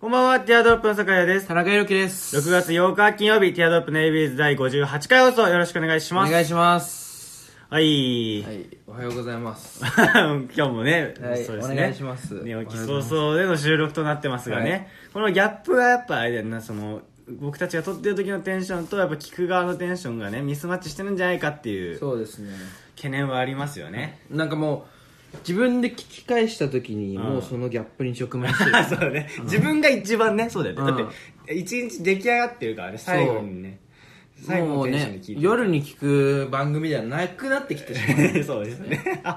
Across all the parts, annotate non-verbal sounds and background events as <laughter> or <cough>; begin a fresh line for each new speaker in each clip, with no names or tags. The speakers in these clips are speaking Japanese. こんばんは、ティアドロップの酒屋です。
田中裕樹です。
6月8日金曜日、ティアドロップネイビーズ第58回放送よろしくお願いし
お
ます。
願いします。
はい。
はい、おはようございます。
<laughs> 今日もね、
はい
そうですね。
お願いします
ね、起き
おはよう
早
ござい
々での収録となってますがね、
はい
このギャップがやっぱあれだよな、その、僕たちが撮ってる時のテンションと、やっぱ聞く側のテンションがね、ミスマッチしてるんじゃないかっていう
そうですね。
懸念はありますよ
<laughs>
ね。
なんかもう、自分で聞き返した時に、
うん
もうそのギャップに直面してる。
そうだね、自分が一番ね、そうだよね。
うん
だって、一日出来上がってるからね、最後にね。 <laughs> 最後
も
の
う
テンションで
ね
聞い、てる
夜に聞く番組ではなくなってきてし
<laughs>
ま
そうですね。
う。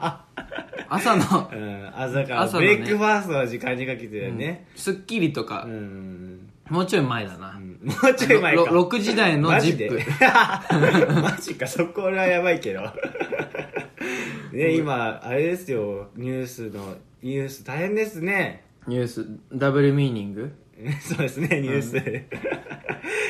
朝の
う、ん、朝から、
朝の
ブ
ね
レイクファーストの時間にかけてだよね。
スッキリと
う
か、
ん。
もうちょい前だな。
もうちょい前か。
ろ6時台の
マ
ジ
ジで。
ッ
<laughs>
プ。
マジか、そこはやばい
<laughs>
けど。ね、今、あれですよ、ニュースの、ニュース大変ですね。 <laughs>
ニュース、ダブルミーニング
そうですね、ニュース。 <laughs>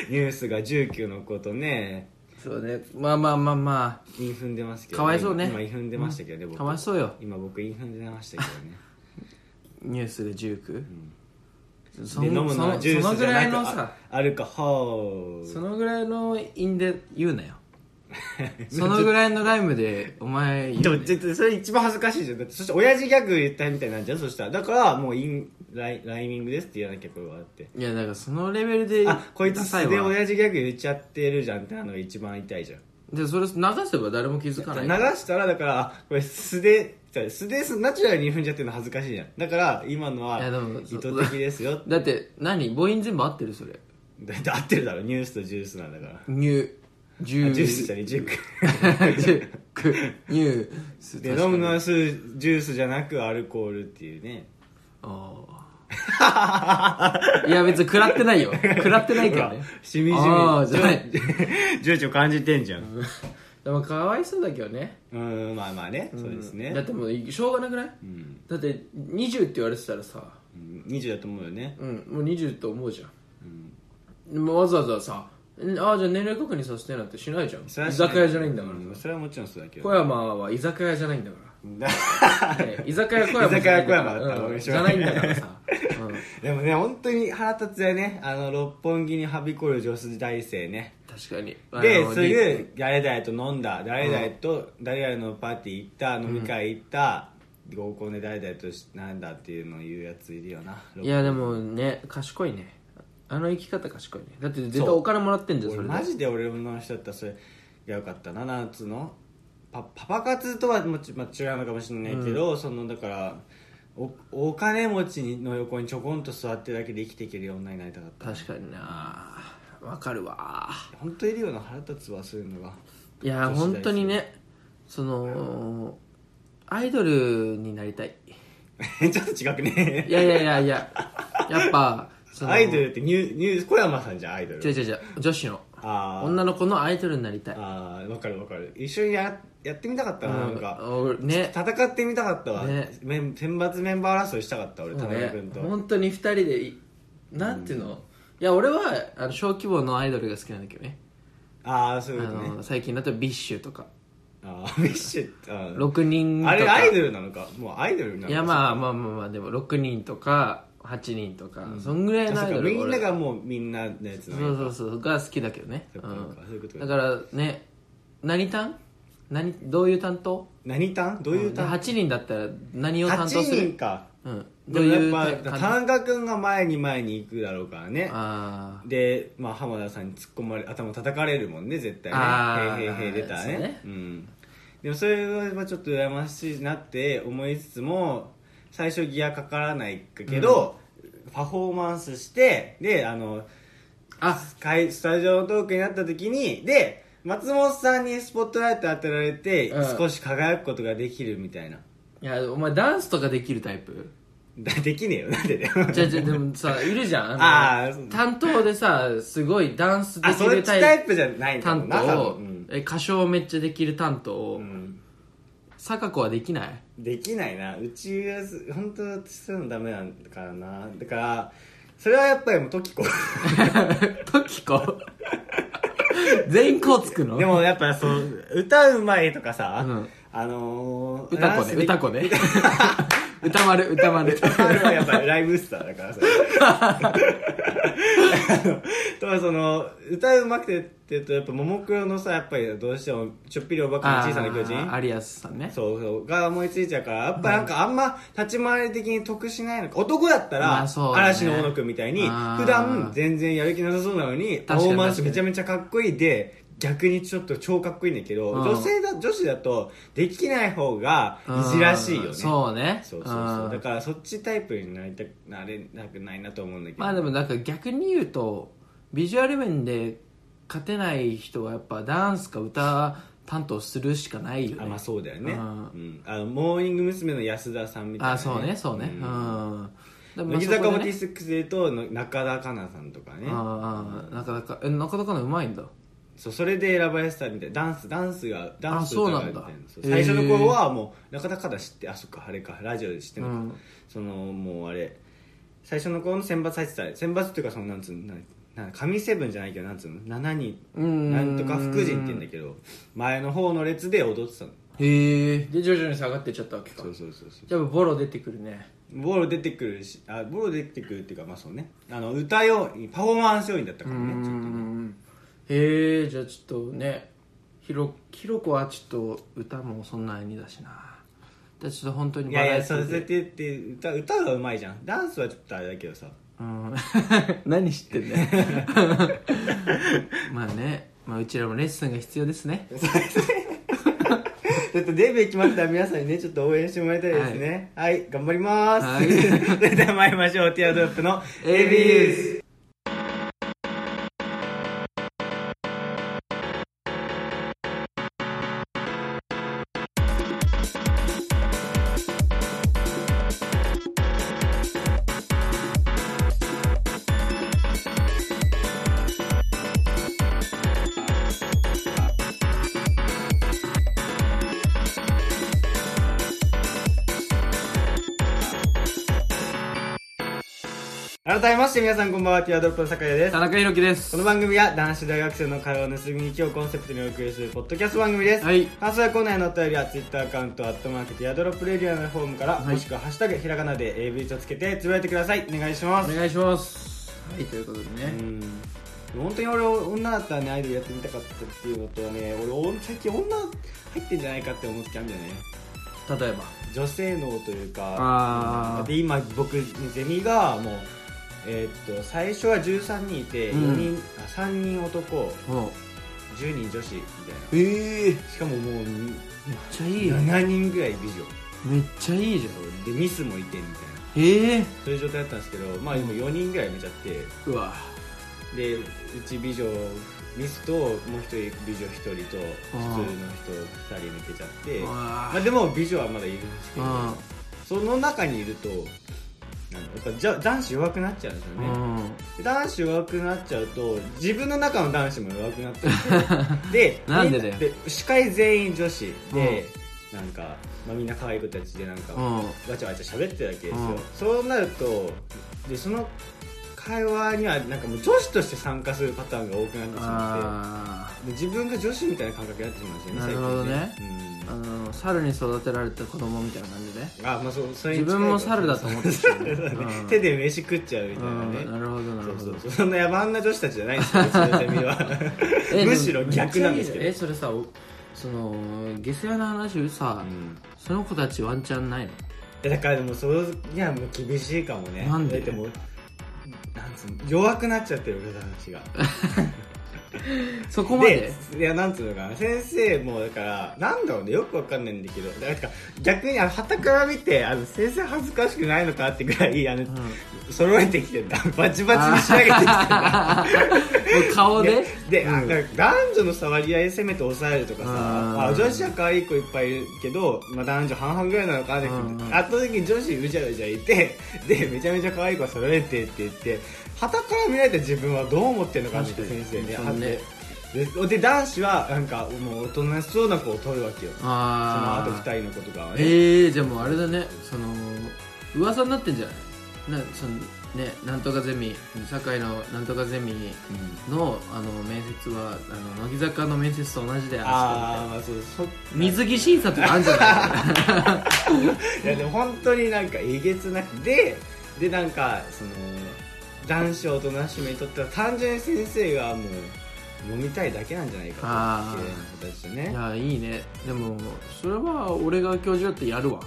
ニュースが19のことね、
そうね。まあまあまあま
インフンでますけど、
かわいそうね
今、インフンでましたけどね、
あ、
僕
かわいそうよ。
今僕、インフンでましたけどね。
ニュースで19。そ
で飲
の
む
そ
のは
の
ジュー
そ
スじゃな
の
く
ぐらいのさ、
あアルコホール
そのぐらいの韻で言う
<laughs>
なよそのぐらいのライムでお前
で
言う
も
なよ
絶対それ一番恥ずかしいじゃんだってそして親父ギャグ言ったみたいになっちゃうそしたらだからもうインライライミングですって言わなきゃこれはって
いやだからそのレベルで
あこいつ素で
ダサいわ
親父ギャグ言っちゃってるじゃんってなのが一番痛いじゃん
でそれ流せば誰も気づかない
流したらだからあこれ素で素でナチュラルに踏んじゃってるの恥ずかしいじゃんだから今のはい
やでも
意図的ですよ
だって何母音全部合ってるそれ
だって合ってるだろニュースとジュースなんだから
ニュ
ジュ
ー
ースじゃ
10
ねジューク
クニュース
で
確か
飲
に
むのはすジュースじゃなくアルコールっていうね
あーいや別に食らってないよ食らってな
<laughs>
いから
ほ
ね
らしみじみ
あーじゃない
情情緒感じてんじゃん
でもかわいそうだけどね
うんまあまあねそうですね
だってもうしょうがなくない、
ん
だって20って言われてたらさ
うん20だと思うよね
うんもう20と思うじゃん、でもわざわざさ「んああじゃあ年齢確認させて」なんてしないじゃん居
それは
酒屋じゃないんだか
う
らさ
それはもちろんそうだけど
小山は居酒屋じゃないんだか <laughs> ら、ね居酒屋小
居
山
酒
じゃ
屋
ない
小
んだ
山だっ
か
た
ら
ら
う
俺
ん
し
じ
ょう
ゃ
が
な
ない
いんだからさ、うん
でもね本当に腹立つよねあの六本木にはびこる女子大生ね
確かに
<laughs>
あ
で
の
すぐ誰々と飲んだ誰々と誰々のパーティー行った飲み会行った合コンで誰々としなんだっていうのを言うやついるよない
やでもね賢いねあの生き方賢いねだって絶対
そう
お金もらってんじゃんそ
俺
れ
マ
で
ジで俺の人だったらそれがよかったな夏のパパパ活とはもち、まあ、違うのかもしれないけど、そのだからおお金持ちの横にちょこんと座ってるだけで生きていけるようになりたかった
確かになわかるわ
本当いるような腹立つわそういうのが <laughs>
い
女
や
子大生
本当にねそのアイドルになりたい
ちょっと違くね
いやいやいやいややっぱその
アイドルってニューニュー小山さんじゃんアイドル
違う違う違う女子の
あー
女の子のアイドルになりたい
あーわかるわかる一緒にややってみたかったな,、なんか
俺ね
戦ってみたかったわ、
ね
メン選抜メンバー争いしたかった俺田中君と、
ね本当に二人でいなんていうの、いや俺はあの小規模のアイドルが好きなんだけどね
ああそう
あ
いうことね
の最近だとビッシュとか
あービッシュってあー
6人とか
あれアイドルなのかもうアイドルなのか
いやまあまあまあまあでも6人とか8人とか、そんぐらいの
そ
ア
っ
イ
か
ドル
みん
俺
ながもうみんなのやつな
そ
の
うそうそうが好きだけどね、
そっか
うん
そっかそういうことか
だからね何担何どういう担当
何担どういう担
8人だったら何を
8
担当する
人か
うん
で
どう
も
いう
やっぱ
担
田中君が前に前に行くだろうからね
あ
で、まあ、浜田さんに突っ込まれ頭叩かれるもんね絶対
あー
ね「へいへいへい」出たらね
そうね
うん、でもそれはちょっと羨ましいなって思いつつも最初ギアかからないけど、パフォーマンスしてであの
ーあ
会スタジオのトークになった時にで松本さんにスポットライト当てられて、
うん
少し輝くことができるみたいない
やお前ダンスとかできるタイプ
だできねえよなんでだよ
じゃじゃでもさいるじゃん
あ
あの
ー
担当でさすごいダンス
<laughs>
で
あ
き
そっ
る
ちタ
タイ
イプじゃないん
プ
だも
担
んな多
当、
分
え歌唱めっちゃできる担当、
うんうん
坂子はできない <laughs>
できないなうちはす本当私そういうのダメなんだからなだからそれはやっぱりもう時
<laughs>
子
トキコ <laughs> 全員こうつくの
でもやっぱそう歌うまいとかさ、
うん
あのー、
歌
ダ
子
ン
ね <laughs>
スで
歌子ね
歌
歌丸
<laughs>
歌丸
あれはやっぱライブスターだから
<laughs>
さあのとはその歌うまくてって言うとやっぱももクロのさやっぱりどうしてもちょっぴりおバカな小さな巨人
あー有安さんね
そうそうが思いついちゃうからやっぱなんかあんま立ち回り的に得しないのか男だったら、
まあそうだね
嵐の大野くんみたいに
あー
普段全然やる気なさそうなのに
確か
パ
に
フォーマンス
確
めち
かに
ゃめちゃかっこいいで逆にちょっと超かっこいいんだけど、
うん
女性だ女子だとできない方がいじらしいよね、
うんそうね
そうそうそうだ
ん
からそっちタイプになりたくなれなくないなと思うんだけど
まあでもなんか逆に言うとビジュアル面で勝てない人はやっぱダンスか歌担当するしかないよ
あ
ね
まあそうだよね、う
うん
ん、あのモーニング娘。の安田さんみたいな、
あそうねそうねうんでもま
乃
あ
木
そこでね
坂46で言うとの中田香菜さんとかね
ああなかなかえなかなかのうまいんだ
そうそれで選ばれてたみたいダンスダンスがダンス
そう
歌
な
がみ
ん
た
だ
いなそう
へー
最初の頃はもう中田香菜知ってあそっかあれかラジオで知って
う
るのか、
ん
そのもうあれ最初の頃の選抜入ってた選抜っていうかそのなんつうのなん神セブンじゃないけどなんつうの7人
うん
なんとか福神って言うんだけど前の方の列で踊ってたの
へえで徐々に下がってっちゃったわけか
そうそうそうそう
じゃあボロ出てくるね
ボロ出てくるしあボロ出てくるっていうかまあそうねあの歌用意パフォーマンス要員だった
う
からねちょっとね
んへえじゃあちょっとねひろひろこはちょっと歌もそんなにだしなじゃあちょっと本当に
いやいや
バラ
さ
エティ
せ
で
てって歌歌がうまいじゃんダンスはちょっとあれだけどさ
うん <laughs> 何知ってんだよ <laughs> まあね、まあ、うちらもレッスンが必要ですね
ちょっとデビュー決まったら皆さんにねちょっと応援してもらいたいですねはい、頑張ります、
はい
そ <laughs> れでは参りましょうティアドロップの AB ユース改めまして皆さんこんばんはティアドロップの酒井です
田中宏樹です
この番組は男子大学生の会話を盗みに今日コンセプトにお送りするポッドキャスト番組です、
はい
感想やコーナーへのお便りは Twitter アカウント「アットマークティアドロップレディオ」のフォームから、
はい
もしくは「ハッシュタグひらがな」で AV とつけてつぶやいてくださいお願いしま
お
す、
願いしますはいということで
う
ね、
ん本当に俺女だったらねアイドルやってみたかったっていうのとね俺最近女入ってんじゃないかって思う時あるんだよね
例えば
女性能というか
あ
で今僕ゼミがもうえーっと最初は13人いて
う
4
ん
人、あ3人男
も
10人女子みたいな
うええ
しかももうに
めっちゃいいね
7人ぐらい美女
めっちゃいいじゃん
でミスもいてみたいな
ええ
そういう状態だったんですけどまあ
うん
今4人ぐらい埋めちゃって
うわ
でうち美女ミスともう1人美女1人と
あー
普通の人2人抜けちゃって
うわ
まあ、でも美女はまだいるんですけ
う
ど
ん
その中にいるとあのやっぱじゃ男子弱くなっちゃうんですよね、男子弱くなっちゃうと自分の中の男子も弱くなっちゃ
<laughs>
ってで
なんでだよ
み司会全員女子で、なんか、まあ、みんな可愛い子たちでなんか、
うんうん
わちゃわちゃ喋ってるわけですよ、
うん
そうなるとでその会話にはなんかもう女子として参加するパターンが多くなってしま
あ
ってで自分が女子みたいな感覚になってしまうんですよね
なるほどね
最近
ーあの猿に育てられた子供みたいな感じで
うん、あまあそうそれに近
自
い
分も猿だと思ってしまうう
<laughs>
ん
手で飯食っちゃうみたい
う
なね、
んなるほどな
そ
る
う
ほ
そ
ど
うそうそんな野蛮な女子たちじゃないんですようちのゼミは
<laughs> え
むしろ逆なんですけど
めっちゃいいじゃんえそれさおその下世話な話さ
うん
その子たちワンチャンない
い
の
やだからでもそういやもう厳しいかもね
なんで
だってもうなんつうの弱くなっちゃってる俺たちが
そこ
<laughs>
まで
いやなんつうのかな先生もだからなんだろうねよくわかんないんだけどだからてか逆にあの旗から見てあの先生恥ずかしくないのかってぐらいあの、
うんも
揃えてきてんだバチバチに仕上げてきてんだ
う顔で
で、
うん
あだから男女の差割合せめて抑えるとかさ
うん
あ女子は可愛い子いっぱいいるけど、まあ、男女半々ぐらいなのかなって
うん
圧倒的に女子うじゃうじゃいてでめちゃめちゃ可愛い子揃えてって言ってはたから見られた自分はどう思ってるのかなって
確かに
先生ね
そう
あっ
ね
てでで男子はなんかもう大人しそうな子を取るわけよそのあと
ああ
2人の子とかはね
ええじゃあもうあれだねその噂になってんじゃないなそのねなんとかゼミ堺のなんとかゼミのあの面接はあの乃木坂の面接と同じであ
ああまあそうそ
そこみたいな水着審査とかあるんじゃない
いやでも本当になんかえげつなくてでなんかその男子大人しめにとっては単純に先生がもう飲みたいだけなんじゃないか
あ
と
ー
いう形でね
<laughs> いやいいねでもそれは俺が教授だってやるわ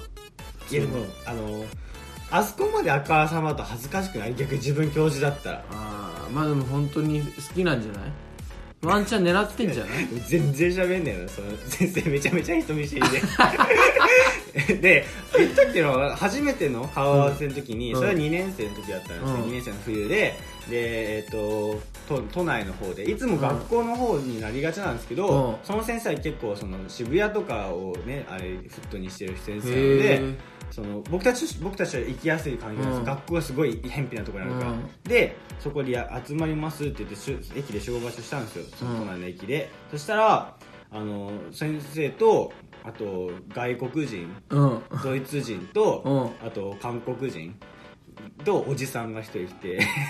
いやでもあのあそこまであからさまと恥ずかしくない逆に自分教授だったら
ああまあでも本当に好きなんじゃないワンチャン狙ってんじゃ <laughs> ない
全然喋んねえなその先生めちゃめちゃ人見知りで <laughs> で言ったっけの初めての顔合わせの時に、
うん
それは2年生の時だったんですけど、
うん
2年生の冬でで、えっと都都内の方でいつも学校の方になりがちなんですけど、
うん
その先生は結構その渋谷とかをねあれフットにしてる先生なので
へえ
その僕たち僕たちは行きやすい環境なんです、
うん
学校がすごい偏僻なところにあるから、
うん
でそこにや集まりますって言ってしゅ駅で集合場所したんですよその
うん
都内の駅で、そしたらあの先生とあと外国人
うん
ドイツ人と、
う
あと韓国人とおじさんが一人来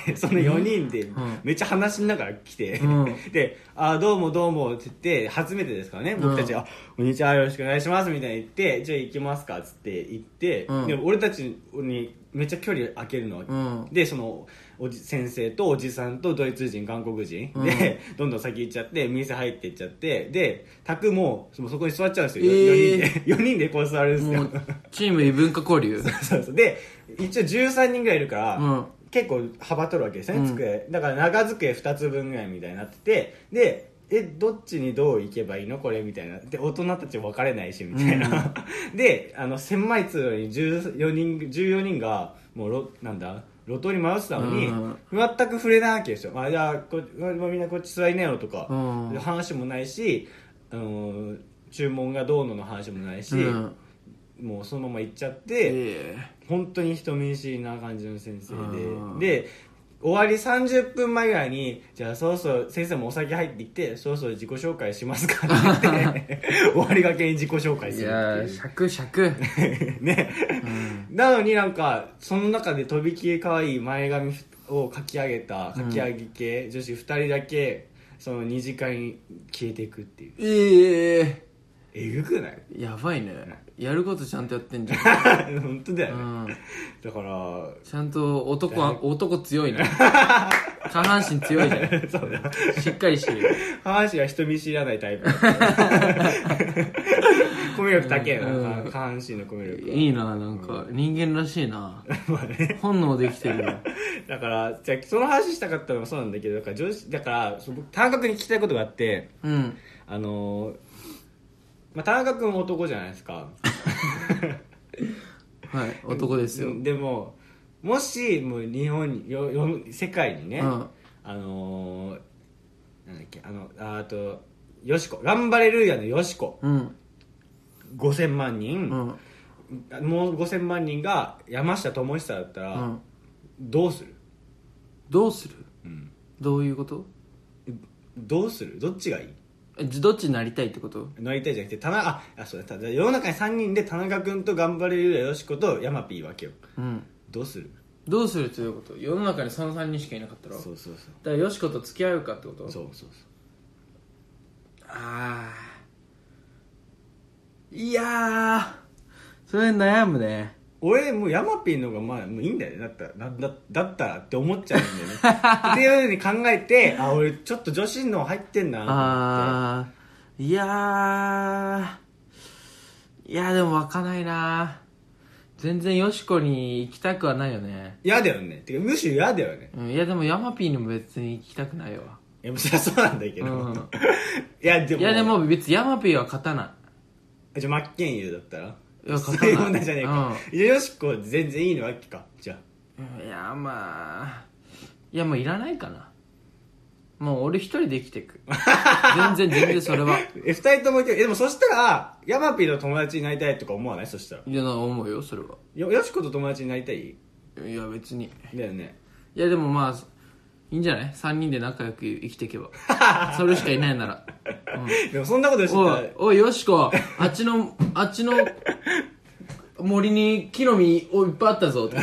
てその4人で
ん
めっちゃ話しながら来て、
うん
で「あーどうもどうも」って言って初めてですからね僕たち
うん
は「あこんにちはよろしくお願いします」みたいに言って「じゃあ行きますか」っつって行って、
うん
でも俺たちにめっちゃ距離空けるの、
うん
でそのおじ先生とおじさんとドイツ人韓国人、
うん
でどんどん先行っちゃって店入っていっちゃってで卓もそのそこに座っちゃうんですよ、
えー
4人で4人でこう座るんです
も
よ
うチーム異文化交 <laughs> 流
そうそうで一応13人ぐらいいるから、
うん
結構幅取るわけですね、
うん
机だから長机2つ分ぐらいみたいになっててでえどっちにどう行けばいいのこれみたいなで大人たち分かれないしみたいな、 <laughs> であの狭い通路に14人 ,14 人がもうろなんだ路頭に迷ってたのに、
うん
全く触れないわけですよ、まあ、じゃあこもうみんなこっち座りなよとか、
うん
話もないし、あのー注文がどうのの話もないし、
うん
もうそのまま行っちゃって、
ええ
本当に人見知りな感じの先生
うん
でで終わり30分前ぐらいにじゃあそろそろ先生もお酒入ってきてそろそろ自己紹介しますかって言って
<laughs>
終わりがけに自己紹介
い
する
や
っ
ー尺 <laughs> 尺
ていうね、なのになんかその中でとびきり可愛い前髪をかき上げたかき上げ系、女子2人だけその二次会に消えていくっていう
ええ
えぐくない <laughs>
やばいねやることちゃんとやってんじゃん
本当だよ
う
ね、
ん
だから
ちゃんと男は男強
<laughs>
いな下半身強いじゃ
そうだ
んしっかりしてる
下半身は人見知らないタイ
<laughs>
プコミュ力高えな、
う
下
ん
半身のコミュ力はい
いななんか人間らしいな
まあね
本能できてるよ
だからじゃあその話したかったのもそうなんだけどだから女子だからそう僕田中君に聞きたいことがあって
うん
あのーまあ、田中君も男じゃないですか
はい男ですよ
<laughs> でももしもう日本によよ世界にね、
うん
あのーなんだっけあのあーとよしこ頑張れルーヤのよしこ
うん
5000万人、
うん
もう5000万人が山下智久だった
う
ら、
ん
どうする、
どうするどういうこと
どうするどっちがいい
えじどっちになりたいってこと
なりたいじゃなくて田中ああそうだた世の中に3人で田中君と頑張れるよしこと山 P 分けよう
うん
どうする
どうするということ世の中にその3人しかいなかった
そ
ら
う
だ
そうそう
からよしこと付き合うかってこ
そ
と
うそうそう
ああいやーそれ悩むね
俺もう山 P の方がまあもういいんだよねだったらだだだったらって思っちゃうんだよね
<laughs>
っていうふうに考えてあ俺ちょっと女子の入ってんなと思って
ああいやーいやでも湧かないな全然よしこに行きたくはないよね
嫌だよねてかむしろ嫌だよね
うんいやでもヤマピーにも別に行きたくないわ
いやもうそりゃそうなんだけど、
うん
<laughs> いやでも
いやでも別にヤマピーは勝たな
じゃあ、真っ健優だったら
いや勝た
そう
ないいう
問題じゃねえか。じゃあよしこ全然いいのわけか。じゃあ。
うんいやまあいやもういらないかなもう俺一人で生きて
<laughs>
く全然全然それは
え、二人ともいて、えでもそしたら、ヤマピーの友達になりたいとか思わないそしたら。
いやな思うよそれは
よ、よしこと友達になりたい
いや別に
だよね。
いやでもまあいいんじゃない ?3 人で仲良く生きてい
<laughs>
けばそれしかいないなら
でもそんなことしてた
お
ら
い、おいよしこあっちのあっちの森に木の実をいっぱいあったぞと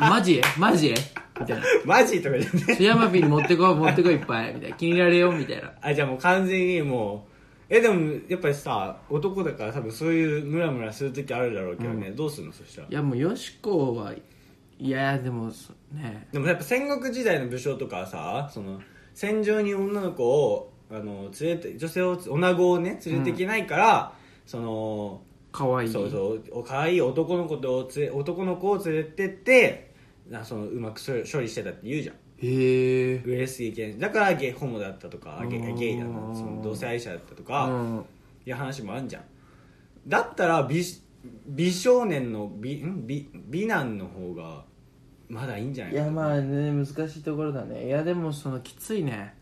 マジマジみたいな
マジとかじゃね
津山瓶持ってこい持ってこいいっぱいみたいな気に入られようみたいな
あじゃあもう完全にもうえでもやっぱりさ男だから多分そういうムラムラする時あるだろうけどね、どうするのそしたら
いやもうよしこはいやでもそね
でもやっぱ戦国時代の武将とかはさその戦場に女の子をあの連れて女性を女子をね連れていけないから、その
かわいい
そうそうお可愛い男の子とつれ男の子を連れてってなそのうまく処理処理してたって言うじゃん
へえ
上杉謙信だからゲイホモだったとかゲ
うん
ゲイだなその同性愛者だったと
う
か、
ん
いう話もあんじゃんだったら美美少年の美ん美美男の方がまだいいんじゃない
い
かな
やまあね難しいところだねいやでもそのきついね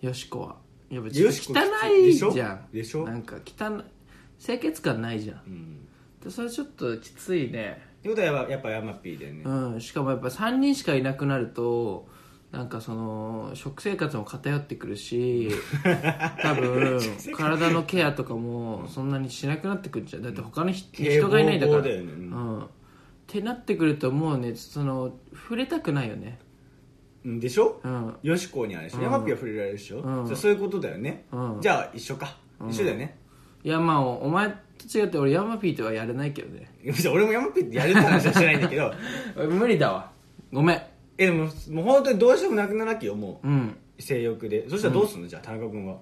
よしこはやっぱちょっ
よし
と
こ
汚い
きついで
じ
しょ
ゃん
でしょ
なんか汚い清潔感ないじゃん
うん
でそれちょっときついね
ってことはやっぱやっぱヤマピーだよね、
うんしかもやっぱ3人しかいなくなるとなんかその食生活も偏ってくる
<laughs>
し多分体のケアとかもそんなにしなくなってくるじゃんだって他の人
堤防
人がいないんだから
だよね
う
うん
ん、ってなってくるともうねその触れたくないよね
うんでしょ、
うん
よしこにあるでしょ、ヤマピーは触れられるでしょ、
うん
そうそういうことだよね、
うん
じゃあ一緒か、一緒だよね
いやまあお前と違って俺ヤマピーとはやれないけどね
いや俺もヤマピーってやるって話はしてないんだけど
無理だわごめん
えでももう本当にどうしてもなくならなきゃよも
うん
う性欲でそしたらどうすんの、じゃあ田中君は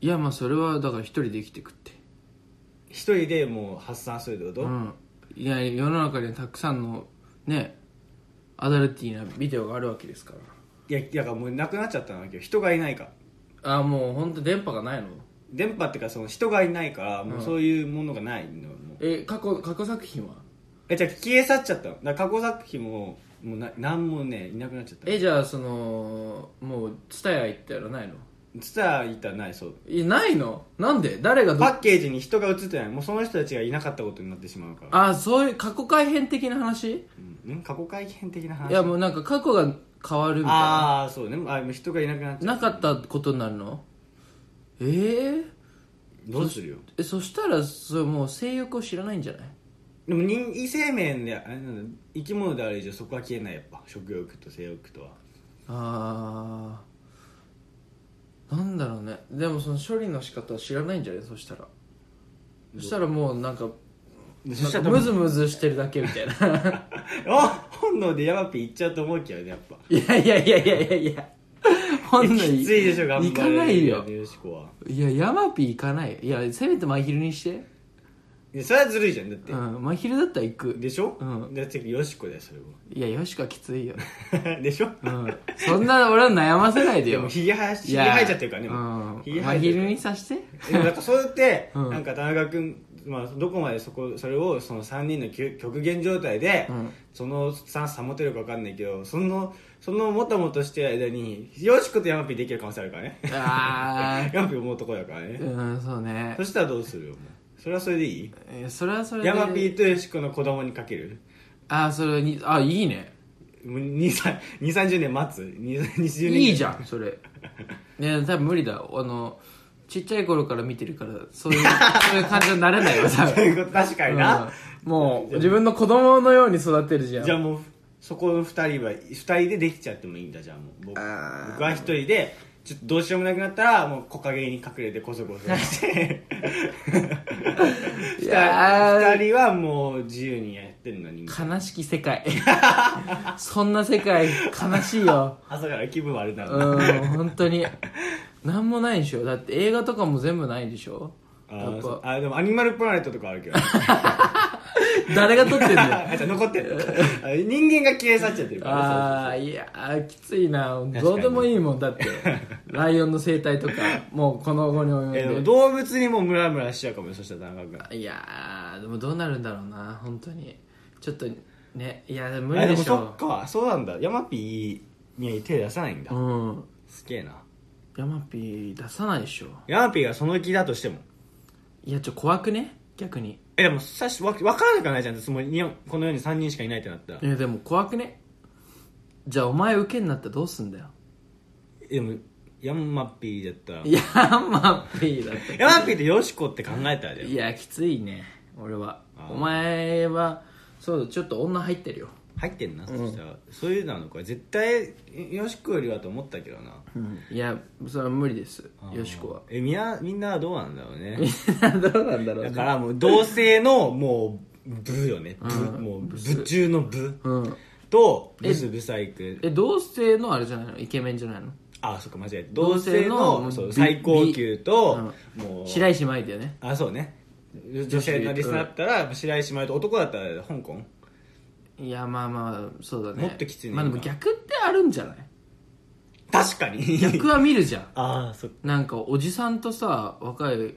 い
やまあそれはだから一人で生きてくって
一人でもう発散するってこと、
うんいや世の中にはたくさんのねアダルティーなビデオがあるわけですか
いやだからもうなくなっちゃったんだけど人がいないから
らああもう本当電波がないの
電波っていうかその人がいないからもうそういうものがないの、もう
え過去過去作品は
えじゃあ消え去っちゃったのだから過去作品ももうな何もねいなくなっちゃった
えじゃあそのもう伝え行ったらないの
ツタいたらないそう
いないのなんで誰がど
パッケージに人が映ってないもうその人たちがいなかったことになってしまうから、
ああそういう過去改変的な話
うん、ん過去改変的な話
いやもうなんか過去が変わるみたいな
ああそうねあもう人がいなくなっちゃった
なかったことになるのえー、
どうするよ
えそしたらそれもう性欲を知らないんじゃない
でも人異生命であれなんだ生き物である以上そこは消えないやっぱ食欲と性欲とは
あーなんだろうねでもその処理の仕方を知らないんじゃないそしたらそしたらもうなんか
でそ
なん
した
から
多分
ムズムズしてるだけみた
<laughs>
いな
あ本能でヤマピー行っちゃうと思うけどねやっぱ
いやいやいやいやいやいやほんの
きついでしょ頑張
行かないよ
よしこはい
やヤマピー行かないよいやせめて真昼にして
いやそれはずるいじゃんだって、
うん真昼だったら行く
でしょ、
うん
だってよしこだよそれも
いやよしかきついよ、
<laughs> でしょ、
うん、そんな俺は悩ませない
で
でよ
もひげ生やし
い
ひげ
や
生えちゃってるからね
う
もうんひげ
まあ
生えちゃってる
昼にさして
<laughs> でもなんかそうやって、
うん
なんか田中君、まあ、どこまでそこそれをその3人の極極限状態で、
うん
そのスタンス保てるか分かんないけどそのそのもたもたしてる間によしことヤマピーできる可能性あるからね <laughs>
あ
ヤマピー思うとこだからね
あ、うんそうね
そしたらどうするよもうそれはそれでいい
えーそれはそれで
ヤマピーとよしこの子供にかける
ああそれにあいいね
2三2 3 0年待つ2 20年
いいじゃんそれね多分無理だあのちっちゃい頃から見てるからそう <laughs> いうそういう感じになれないよ多
そう
分
いうこと <laughs> 確かにな、
うんもう自分の子供のように育てるじゃん
じゃあもうそこの2人は2人でできちゃってもいいんだじゃあもう僕僕
あー
は1人でちょっとどうしようもなくなったらもう木陰に隠れてこそこそして
<laughs> い
2,
やー
人はもう自由にやってるのに
悲しき世界 <laughs> そんな世界悲しいよ
朝から気分悪いな、
うん本当に何もないでしょだって映画とかも全部ないでしょ
あ
やっ
ーそう
ぱ
あでもアニマルプラネットとかあるけど
<laughs> 誰が撮ってんだ
<laughs>
よ
あじゃあ残ってるあ人間が消え去っちゃってるから
ああいやーきついな
かに
どうでもいいもんだってライオンの生態とかもうこの後に
そうそうそうえで
及
も
んで
動物にもムラムラしちゃうかもよそしたら田中君
いやーでもどうなるんだろうな本当にちょっとねいやでも無
あ
理
で
で
も
し
そ
ょ
っかそうなんだヤマピーに手出さないんだ、
うん
すげえな
ヤマピー出さないでしょ
ヤマピーがその気だとしても
いやちょっと怖くね逆に
えでもさしわ分からなくはないじゃんそのにこの世に3人しかいないってなったら
いやでも怖くねじゃあお前受けになったらどうすんだよ
えでもヤマピーだったら
ヤマピーだって
ヤマピーとヨシコって考えたらだよ
いやきついね俺は
あー
お前はそうだちょっと女入ってるよ
入ってんな、
うん
そしたらそういうのなのか絶対よしこよりはと思ったけどな
うんいやそれは無理ですよしこは <laughs>
えみやみんなはどうなんだろうね
どうなんだろう
だ
ね
からもう同性のもう部よね部、
うん
もう部中の部
うん
とブスブサイク
え同性のあれじゃないのイケメンじゃないの
あそっか間違えた同
同
性
性の
のそう
び
最高級と、もう
白石麻衣だよね
あそうね女性のリスナーだったら白石麻衣と男だったら香港
いやまあまあそうだね
もっときついね
まあでも逆ってある
<laughs>
んじゃない
確かに
<laughs> 逆は見るじゃん
ああそっ
なんかおじさんとさ若い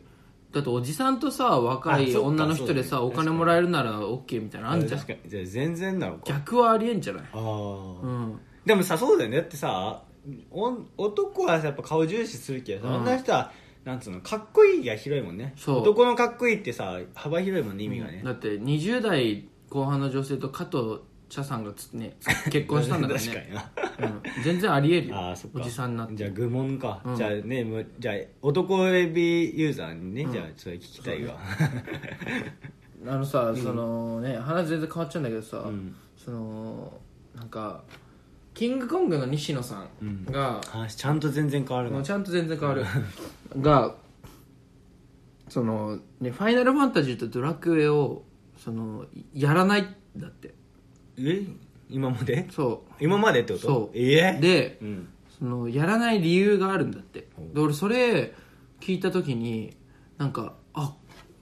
だっておじさんとさ若
あ
い
そっか
女の人で
そうだ
さ、
ね
お金もらえるなら OK みたいなのあ
あ
るじゃ
確
ん
かにじゃあ全然なのか
逆はありえんじゃない
ああ、
うん
でもさそうだよねだってさお男はさやっぱ顔重視するけどさ、
うん
女の人はなんつうのかっこいいが広いもんね
そう
男のかっこいいってさ幅広いもんね意味がね、
だって20代後半の女性と加藤茶さんがつ、ね、結婚したんだか
<laughs>
ら
確か
ね、
にな
うん、全然ありえるよ
あーそっか
おじさんになって
じゃあ愚問か、
うん
じゃあねむじゃあ男エビユーザーにね、じゃあそれ聞きたいわ
あのさ、そのね話全然変わっちゃうんだけどさ、
ん
そのなんかキングコングの西野さんが、
<laughs> 話ちゃんと全然変わる
もう
な
ちゃんと全然変わる <laughs> がそのね「ファイナルファンタジー」と「ドラクエを」そのやらないんだって
え今まで
そ
今までってこと
そう
え
う
え
で
うん
そのやらない理由があるんだって
ほう
で俺それ聞いた時になんかあ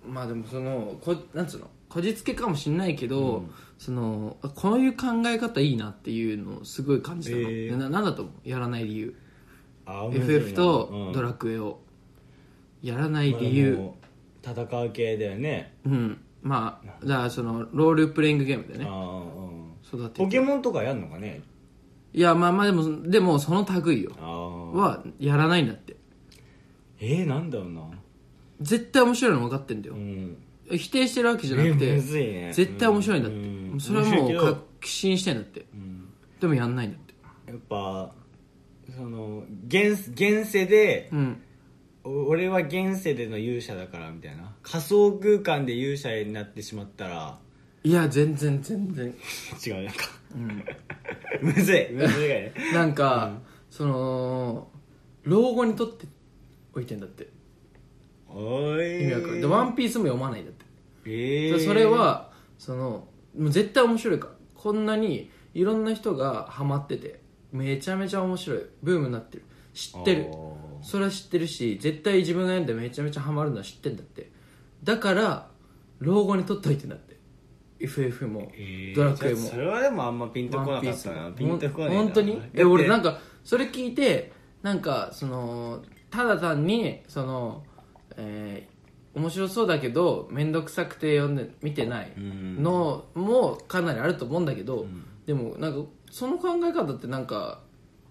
まあでもそのこなんつうのこじつけかもしんないけど、そのあこういう考え方いいなっていうのをすごい感じたの、
へー
ななんだと思うやらない理由
あ面白いな
FF とド
うん
ラクエをやらない理由
もう戦う系だよね
うんまあだからそのロールプレイングゲームで
あ
ね
あうん
育て
ポ
て
ケモンとかやんのかね
いやまあまあでもでもその類よ
ああ
はやらないんだって
えー、なんだろうな
絶対面白いの分かってんだ
う
よ
ん
否定してるわけじゃな
え
くて
むずいね
絶対面白いんだって、
う
それはも
面白いうけど
確信してんだって
うん
でもやんないんだって
やっぱその現現世で
うん
お俺は現世での勇者だからみたいな仮想空間で勇者になってしまったら
いや全然全然
違うなんか、むずいむずいね
なんか、その老後にとっておいてんだって
お
意味わかる、でワンピースも読まないんだって、
えー、
それはそのもう絶対面白いからこんなにいろんな人がハマっててめちゃめちゃ面白いブームになってる知ってる
あー
それは知ってるし絶対自分が読んでめちゃめちゃハマるのは知ってんだってだから老後にとっておいてんだって FF も
えー
ドラクエ
じ
も
ゃあそれはでもあんまピンとこなかった
ワ
な
ンピ
ピ
ース
ンとこないな
ほん本当に
だって
え俺なんかそれ聞いてなんかそのただ単にそのえー面白そうだけど面倒くさくて読んで見てない
うん
のもかなりあると思うんだけど、でもなんかその考え方ってなんか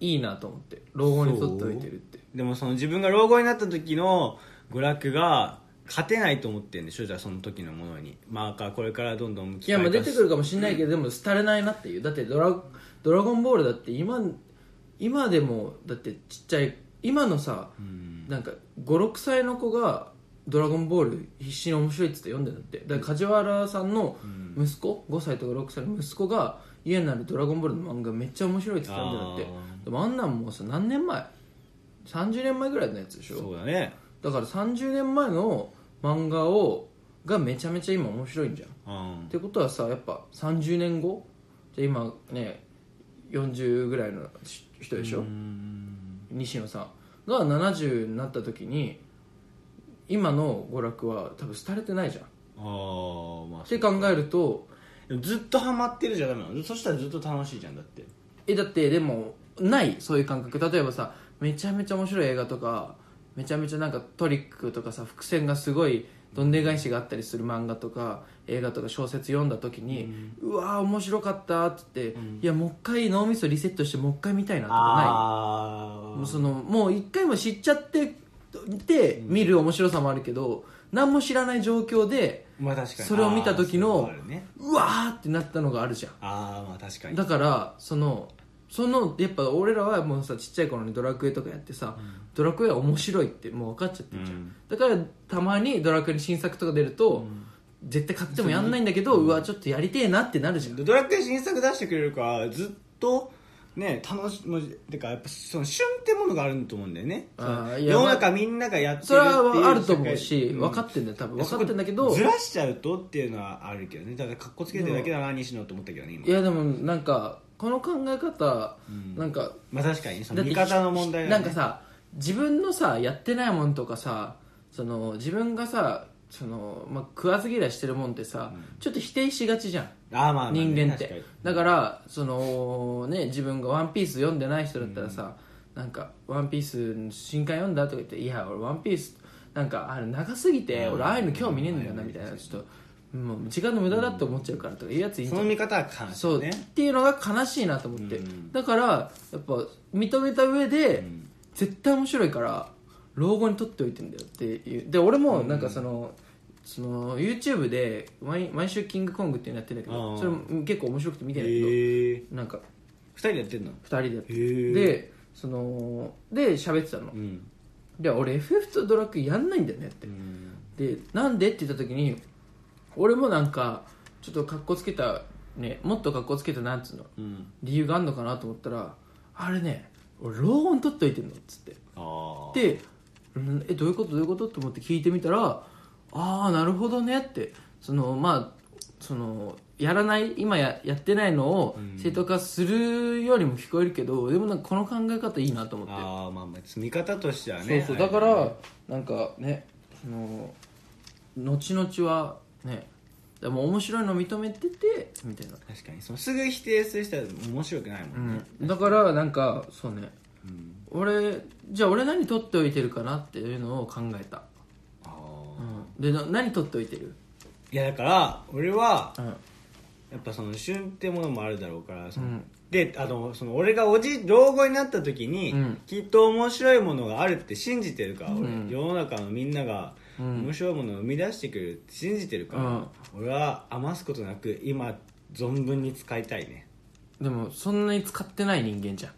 いいなと思って老後にとっておいてるって
でもその自分が老後になった時の娯楽が勝てないと思ってんでしょじゃあその時のものにマーカーこれからどんどん
いやまあ出てく
る
るかもしれないけどでも廃れないなっていうだってドラ「ドラゴンボール」だって今今でもだってちっちゃい今のさ、なんか56歳の子が「ドラゴンボール」必死に面白いっつって読んでんだってだから梶原さんの息子、5歳とか6歳の息子が家になる「ドラゴンボール」の漫画めっちゃ面白いっつって読んでんだって
あ
でもあんなんもうさ何年前30年前ぐらいのやつでしょ
そうだね
だから30年前の漫画をがめちゃめちゃ今面白いんじゃん
うん
ってことはさやっぱ30年後じゃあ今ね40ぐらいのし人でしょ、西野さんが70になった時に今の娯楽は多分廃れてないじゃんっ
ああまあ
て考えると
でもずっとハマってるじゃダメなのそしたらずっと楽しいじゃんだって
えだってでもないそういう感覚例えばさめちゃめちゃ面白い映画とかめちゃめちゃなんかトリックとかさ伏線がすごいどんでん返しがあったりする漫画とか映画とか小説読んだ時に、うわー面白かったっつって、いやもう一回脳みそリセットしてもう一回見たいなとか
あ
ない
ー
もうそのもう一回も知っちゃってて見る面白さもあるけど、何も知らない状況で
まあ確かに
それを見た時の
あーそういうとこあるね
うわーってなったのがあるじゃん
あーまあ確かに
だからそのそのやっぱ俺らはもうさちっちゃい頃にドラクエとかやってさ、ドラクエは面白いってもう分かっちゃってるじゃん、
うん
だからたまにドラクエに新作とか出ると、絶対買ってもやんないんだけどうわちょっとやりてえなってなるじゃん
ドラクエ新作出してくれるからずっとね楽しむてかやっぱその旬ってものがあると思うんだよねそ
あー
の
いや
世の中みんながやってるって
そ
い
れ
う
はあると思うし、
社会
分かってんだよ多分分かってんだけど
ずらしちゃうとっていうのはあるけどねだからかっこつけてるだけだな西野と思ったけどね今
いやでもなんかこの考え方、なんか
まあ確かにそ
だ
の
って
見方の問題
な
だ
ん
よ
か
ね
さ自分のさやってないもんとかさその自分がさその、まあ、食わず嫌いしてるもんってさ、ちょっと否定しがちじゃん
あーまあまあね
人間っ
確
て
か
だからそのね自分が「ワンピース読んでない人だったらさ「なんかワンピースの新刊読んだ?」とか言って「いや俺ワンピースなんかあれ長すぎて
うん
俺ああいうの興味ねえんだよな」
うん
みたいなちょっともう時間の無駄だって思っちゃうからとかいうやつい
に
いん
そ
じゃ
の
ん
見方は感
そ
謝
うっ
ね
ていうのが悲しいなと思って
うん
だからやっぱ認めた上で
ん
絶対面白いから老後に取っておいてんだよっていうで俺もなんかそのその YouTube で毎毎週「キングコング」っていうのやってんだけ
あ
ど
ー
それも結構面白くて見て
へ
んだけ
え
どなんか
二人でやってんの
2人でやって
へえ
でそので喋ってたの
うん
で俺 FF とドラクエやんないんだよねって
うん
でなんでって言った時に俺もなんかちょっと格好つけたねもっと格好つけたなんつうの
うん
理由があるのかなと思ったらあれね俺老後に取っといてんのっつって
ああ
でうんえどういうことどういうことと思って聞いてみたらああーなるほどねってそのまあそのやらない今ややってないのを正当化するようにも聞こえるけど、でもなんかこの考え方いいなと思って
ああまあまあ見方としてはね
そうそうだからなんかねその後々はねでも面白いの認めててみたいな、
確かにそのすぐ否定する人は面白くないも
うん
ね、
ん、だからなんかそうね
うん
俺じゃあ俺何取っておいてるかなっていうのを考えた、
あ
う
あ
ん、でな何取っておいてる、
いやだから俺は
うん、
やっぱその旬ってものもあるだろうからその、
うん
であのその俺がおじ老後になった時に、
うん
きっと面白いものがあるって信じてるから俺、
うん
世の中のみんなが
うん
面白いものを生み出してくれるって信じてるから、
うん
俺は余すことなく今存分に使いたいね
でもそんなに使ってない人
<laughs>
間じゃん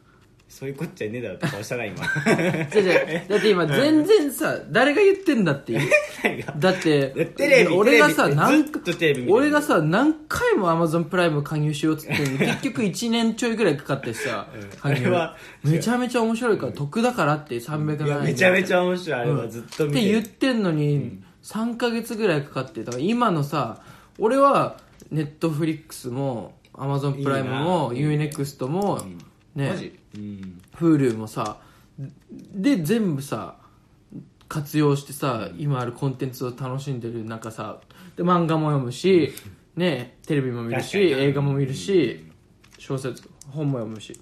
そういうこっちゃねえだろって顔したら
<laughs>
今
じゃじゃだって今全然さ誰が言ってんだっていう
何が
だって
テレビ
俺がさ
テレビ
何
ずっとテレビ見てる
俺がさ何回も Amazon プライム加入しようっつってんの結局1年ちょいぐらいかかってさ、加
あれは
入めちゃめちゃ面白いから、得だからって300
いや
円
めちゃめちゃ面白いあれはずっと
っ
見
て
てる、
言ってんのに3ヶ月ぐらいかかってだから今のさ俺はネットフリックスも Amazon プライムも
いいな
UNEXT も、ね
マジうん、
Hulu もさで全部さ活用してさ今あるコンテンツを楽しんでる中さで漫画も読むし、ね、テレビも見るし
確かにな
映画も見るし、小説本も読むし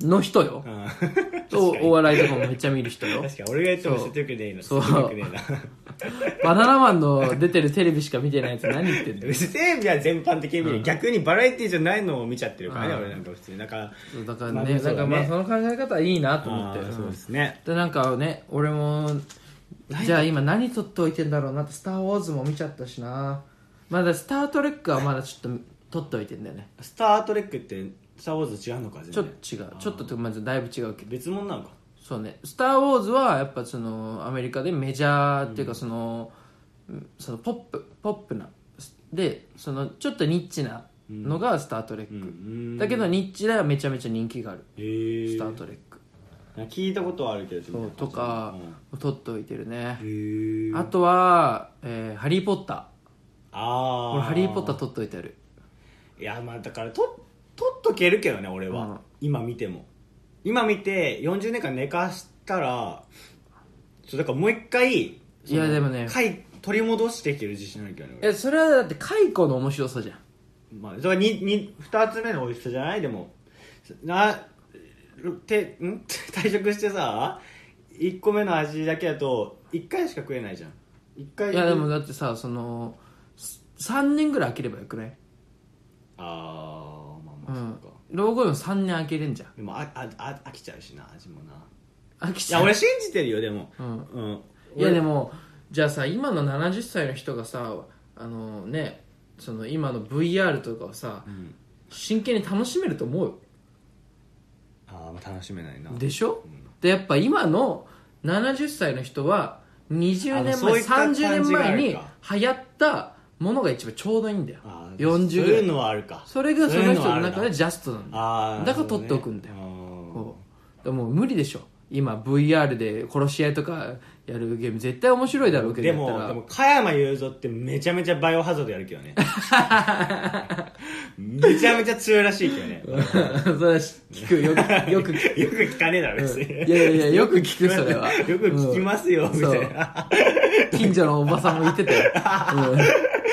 の人よ、
あ
とお笑いとかもめっちゃ見る人よ
確かに俺が言っても説得力ねえな
そう
説得力ねえな
<laughs> バナナマンの出てるテレビしか見てないやつ何言ってんの
別にテレビは全般的に見る、逆にバラエティじゃないのを見ちゃってるからね、
うん
俺なんか普通にだから
そう <laughs> だから
まあ
ね、
そ
だ
う
か
だ
ら
ね
まあその考え方いいなと思って
あーそうですね
でなんかね俺もじゃあ今何撮っておいてんだろうなって「スター・ウォーズ」も見ちゃったしなまだ「スター・トレック」はまだちょっと撮っておいてんだよね
「スター・トレック」って「スター・ウォーズ」違うのか全
ちょっ
然
と違うちょっととまずだいぶ違うけど
別物なのか
そうね「スター・ウォーズ」はやっぱそのアメリカでメジャーっていうかその,、そのポップポップなでそのちょっとニッチなのが「スター・トレック」
ん
だけどニッチではめちゃめちゃ人気がある
へ
「ス
え
ター・トレック」
聞いたことはあるけどみたいな
とかを撮っておいてるね
へえ
あとは、えーハリー・ポッター」
あ
俺
あ
ハリー・ポッター撮っといてある
いやまあだからと取っとけるけどね俺は、
うん
今見ても今見て40年間寝かしたらそうだからもう一回
いやでもね
回取り戻していける自信あるけどね俺
えそれはだって解雇の面白さじゃん
まあ、それは 2, 二二つ目の美味しさじゃないでもなてん <laughs> 退職してさ1個目の味だけだと1回しか食えないじゃん一回
いやでもだってさその3年ぐらい空ければよくない
あーまあ
う
まあそうんか、
老後でも3年空けれんじゃん
でもあああ飽きちゃうしな味もな
飽き
い
ちゃ
や
う
俺信じてるよでも
うん
うん
いやでもじゃあさ今の70歳の人がさあのねその今の VR とかをさ
うん
真剣に楽しめると思うよ
あーまあ楽しめないな
でしょ、
うん
でやっぱ今の70歳の人は20
あ
年
そう
前
いった感
30
じが
年前に
ある
流行ったものが一番ちょうどいいんだよ
あー
40
そういうのはあるか
それがその人の
そういう
中
のはある
で
な
ジャストなんだよ
あー
だから取っておくんだよ
なるほ
そうでももう無理でしょ今 VR で殺し合いとかやるゲーム絶対面白いだろう
ど
け
ね
ど
で
や
も
ったら
でも加山雄三ってめちゃめちゃバイオハザードやるけど
<laughs>
ねめちゃめちゃ強いらしいけどね <laughs>
<laughs> それは聞くよくよく聞く
よく聞かねえだろ別に、
いやいやいやよく聞くそれは
<laughs> よく聞きますよ、
うん
みたいな
近所のおばさんも言ってたよ、う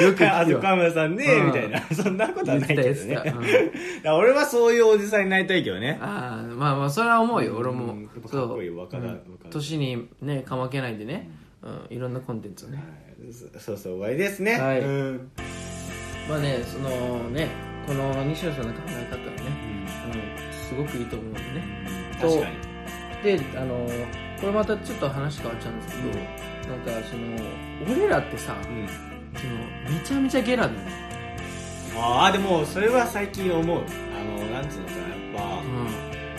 ん、よく
あ
聞く
そ
よ
こカメラさんね、
うん
みたいなそんなことはないけど
言って
ね、だ
た言
か
ってた
ら俺はそういうおじさんになりたいけどね
ああまあまあそれは思うよ俺も
うん
そ
か
う
っこいい若だ
うん
若だ
年にねかまけないでね、うん、いろんなコンテンツをね
はいそそうそう終わりですね、
はい
うん
まあねそのねこの西野さんの考え方はね、うん、すごくいいと思うんでね
確かに
であのこれまたちょっと話変わっちゃうんですけど、なんかその俺らってさ
うん
そのめちゃめちゃゲラだよね、
ああでもそれは最近思うあのなんつうのかなやっ
う
ぱ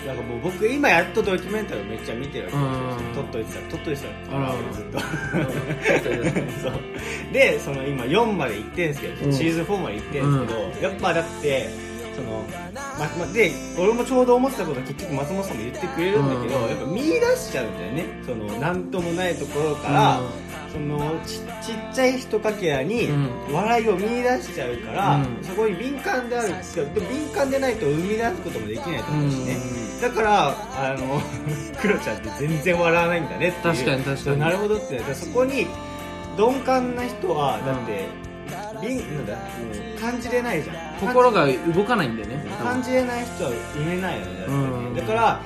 なんかもう僕今やっとドキュメンタリーをめっちゃ見てるわけ
うん
撮っといてた撮っといてた
あら
ずっと <laughs>
ん、
そうでその今4まで行ってんすけど、
うん
シーズン4まで行ってんすけど、やっぱだってその、まま、で俺もちょうど思ってたことは結局松本さんも言ってくれるんだけど、
うん
やっぱ見出しちゃうんだよねそのなんともないところから、
うん
そのちちっちゃいひとかけらに
うん
笑いを見出しちゃうから、
うん
そこに敏感であるけどでも敏感でないと生み出すこともできないと
う
思うしね、
ん
だからあの <laughs> クロちゃんって全然笑わないんだねっていう
確かに確かに
なるほどってだからそこに鈍感な人は
うん
だって、敏なんだもう感じれないじゃん
心が動かないんだよね
感じれない人は埋めないよねだってね
うん
だから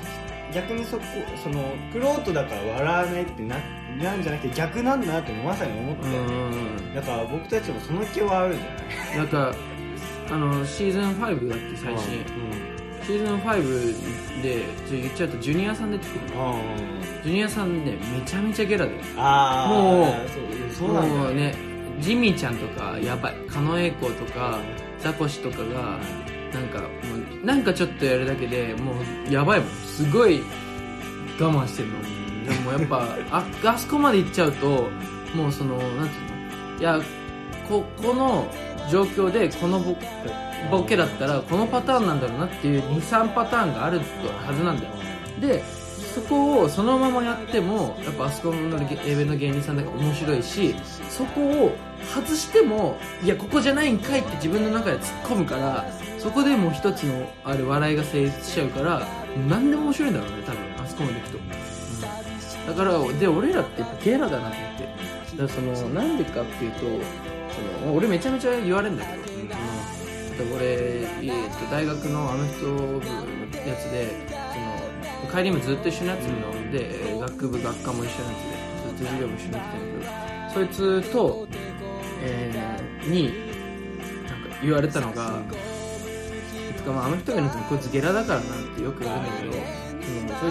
逆にそこそのクロートだから笑わないってななんじゃなくて逆なんだなってまさに思っ
多
て
分
たよね
うん
だから僕たちもその気はあるじゃない
なんかあのシーズン5だっけ最新、シーズン5でちょ言っちゃうとジュニアさん出てくる
うん、うん
ジュニアさんねめちゃめちゃゲラだよ
ああ
もう
そうそうなんだ
も
よ
うねジミーちゃんとかやばい狩野英孝とかザコシとかがなんかもうなんかちょっとやるだけでもうやばいもんすごい我慢してるのでもやっぱああそこまで行っちゃうともうそのなんていうのいやここの状況でこのボボケだったらこのパターンなんだろうなっていう23パターンがあるはずなんだよでそこをそのままやってもやっぱあそこのレベルの芸人さんだから面白いしそこを外してもいやここじゃないんかいって自分の中で突っ込むからそこでもう一つのある笑いが成立しちゃうから何でも面白いんだろうね多分あそこまでいくと、うん、だからで俺らってやっぱゲラだなと思ってだからそのなんでかっていうとその俺めちゃめちゃ言われるんだけど
うん
で俺、えーと大学のあの人部のやつでその帰りもずっと一緒のやつに飲んで、えー学部学科も一緒のやつでずっと授業も一緒に来てるけどそいつと、えーになんか言われたのがてかまああの人が言うのこいつゲラだからなってよく言われるんだけど、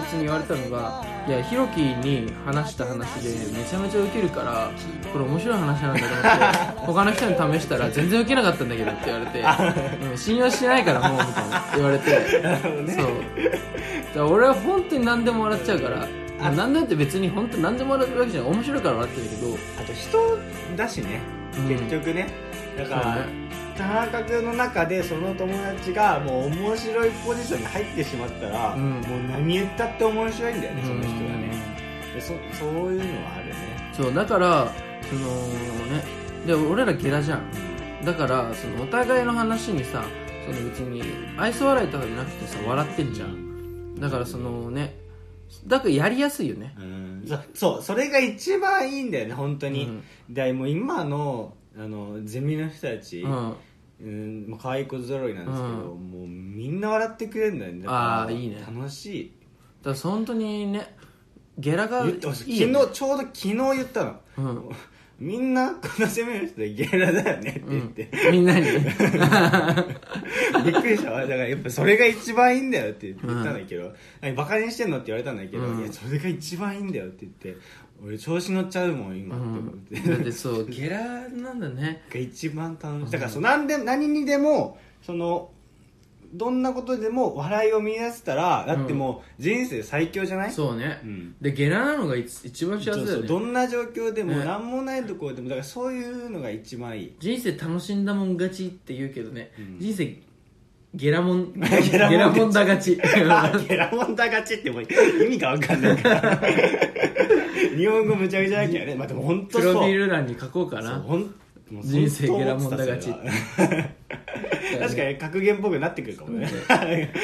うん、そいつに言われたのが「いやヒロキに話した話でめちゃめちゃウケるからこれ面白い話なんだ
<laughs>
と思って他の人に試したら全然ウケなかったんだけど」って言われて
<laughs>
「うん信用してないからもう」みたいな言われて。
なるほどね
そうだから俺は本当に何でも笑っちゃうからまあ何だって別に本当に何でも笑うわけじゃない面白いから笑ってるけど
あと人だしね、
うん
結局ねだか
そう
ら、
ね
田中君の中でその友達がもう面白いポジションに入ってしまったら、
うん
もう何言ったって面白いんだよねその人が
うん
ねでそそういうのはあるね
そうだからそのねで俺らゲラじゃんだからそのお互いの話にさその別に愛想笑いとかじゃなくてさ笑ってんじゃんだからそのねだからやりやすいよね
うんそそうそれが一番いいんだよね本当に、でもう今のあのゼミの人たち、
うん、うん、
うんまあ可愛い子揃いなんですけど、
う
もうみんな笑ってくれるんだよねだから
あーいいね
楽しい
だから本当にねゲラがい
言ってほしい
いよ
昨日ちょうど昨日言ったの
うん
みんなこの攻める人でゲラだよねって言
<laughs>
って、
みんな
<laughs>
に
びっくりしたわだからやっぱそれが一番いいんだよって言ったんだけど、何バカにしてんのって言われたんだけど、
うん
いやそれが一番いいんだよって言って俺調子乗っちゃうもん今、って
だ
思っ
っ
てて
そう
<laughs>
ゲラなんだね
が一番楽しいだからそう何で何にでもそのどんなことでも笑いを見出せたらだってもう人生最強じゃない、
そうね、
うん
でゲラなのが一一番幸せだ
そう
よ
そう
ね
どんな状況でも
ね
何もないところでもだからそういうのが一番いい
人生楽しんだもん勝ちって言うけどね、
ん
人生ゲラもん
<laughs> ゲ
ゲ
ラ
ラ
もん勝ち
もんだ勝ち
<laughs> あゲラモンダ勝ちってもう意味が分かんないから
<laughs>
日本語むちゃくちゃだけどね、まあ、でも本当
プ
そう
ロフィール欄に書こうか
そう
な
ほんもう
人生
本当
ゲラモンダ
思ってた
勝ち
それは確かに格言っぽくなってくるかもね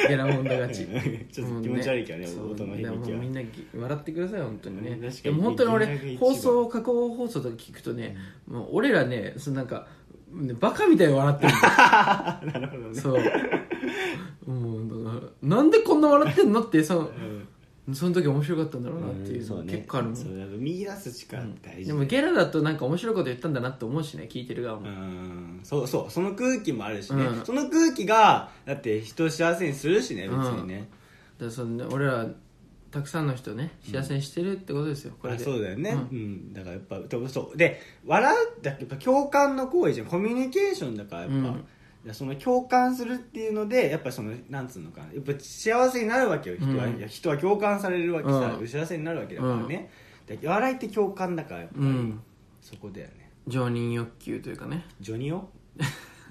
ゲラもんだ勝ち
<laughs> ちょっと気持ち悪いけどね
そう
音の
でも
響きは
みんなぎ笑ってください本当にね
うん確かに
でも本当に
ゲラが
俺
一番
放送加工放送とか聞くとね、もう俺らねそのなんかねバカみたいに笑ってるんだ
<laughs> な
よ
るほどね
そうもうだからなんでこんな笑ってんのってその
うん
その時面白かったんだろうなっていう,、
そうね
結構あるもん
そう見出す力って大事
でもゲラだとなんか面白いこと言ったんだなって思うしね聞いてる側も、
うんそうそうその空気もあるしね、
うん
その空気がだって人を幸せにするしね別にね、
だからその俺らたくさんの人ね幸せにしてるってことですよ、これ
あ
で
そうだよね、
う
うんんだからやっぱでもそうで笑うってやっぱ共感の行為じゃんコミュニケーションだからやっぱ、
うん
だからその共感するっていうのでやっぱそのなんつうのかなやっぱ幸せになるわけよ人は,、
うん
人は共感されるわけさ、
うん
幸せになるわけだからね、だから笑いって共感だからやっぱり、
うん
そこだよね
常任欲求というかね
ジョニオ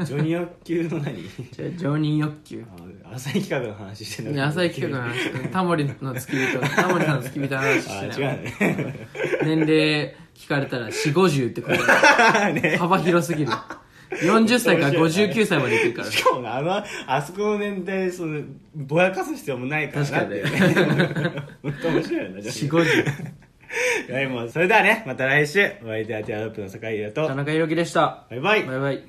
ジョニオ級の何
じゃあ常任欲求
あ浅い企画の話して
ね浅い企画の話タモリの付
<laughs>
き人タモリさんの付き人の話
あ
して
違
な
う
い
ね <laughs>
年齢聞かれたら4 5 0ってこと
<laughs>
だ
ね
幅広すぎる40歳から59歳までいけ
<laughs>
るから
しかもなあのあそこの年代そのぼやかす必要もないからな
確かにね
<laughs> 本当面白いよね
4 5 0
はいもうそれではねまた来週お相手はティアドロップの酒井優
田
と
中裕樹でした
バイバイ
バイバイ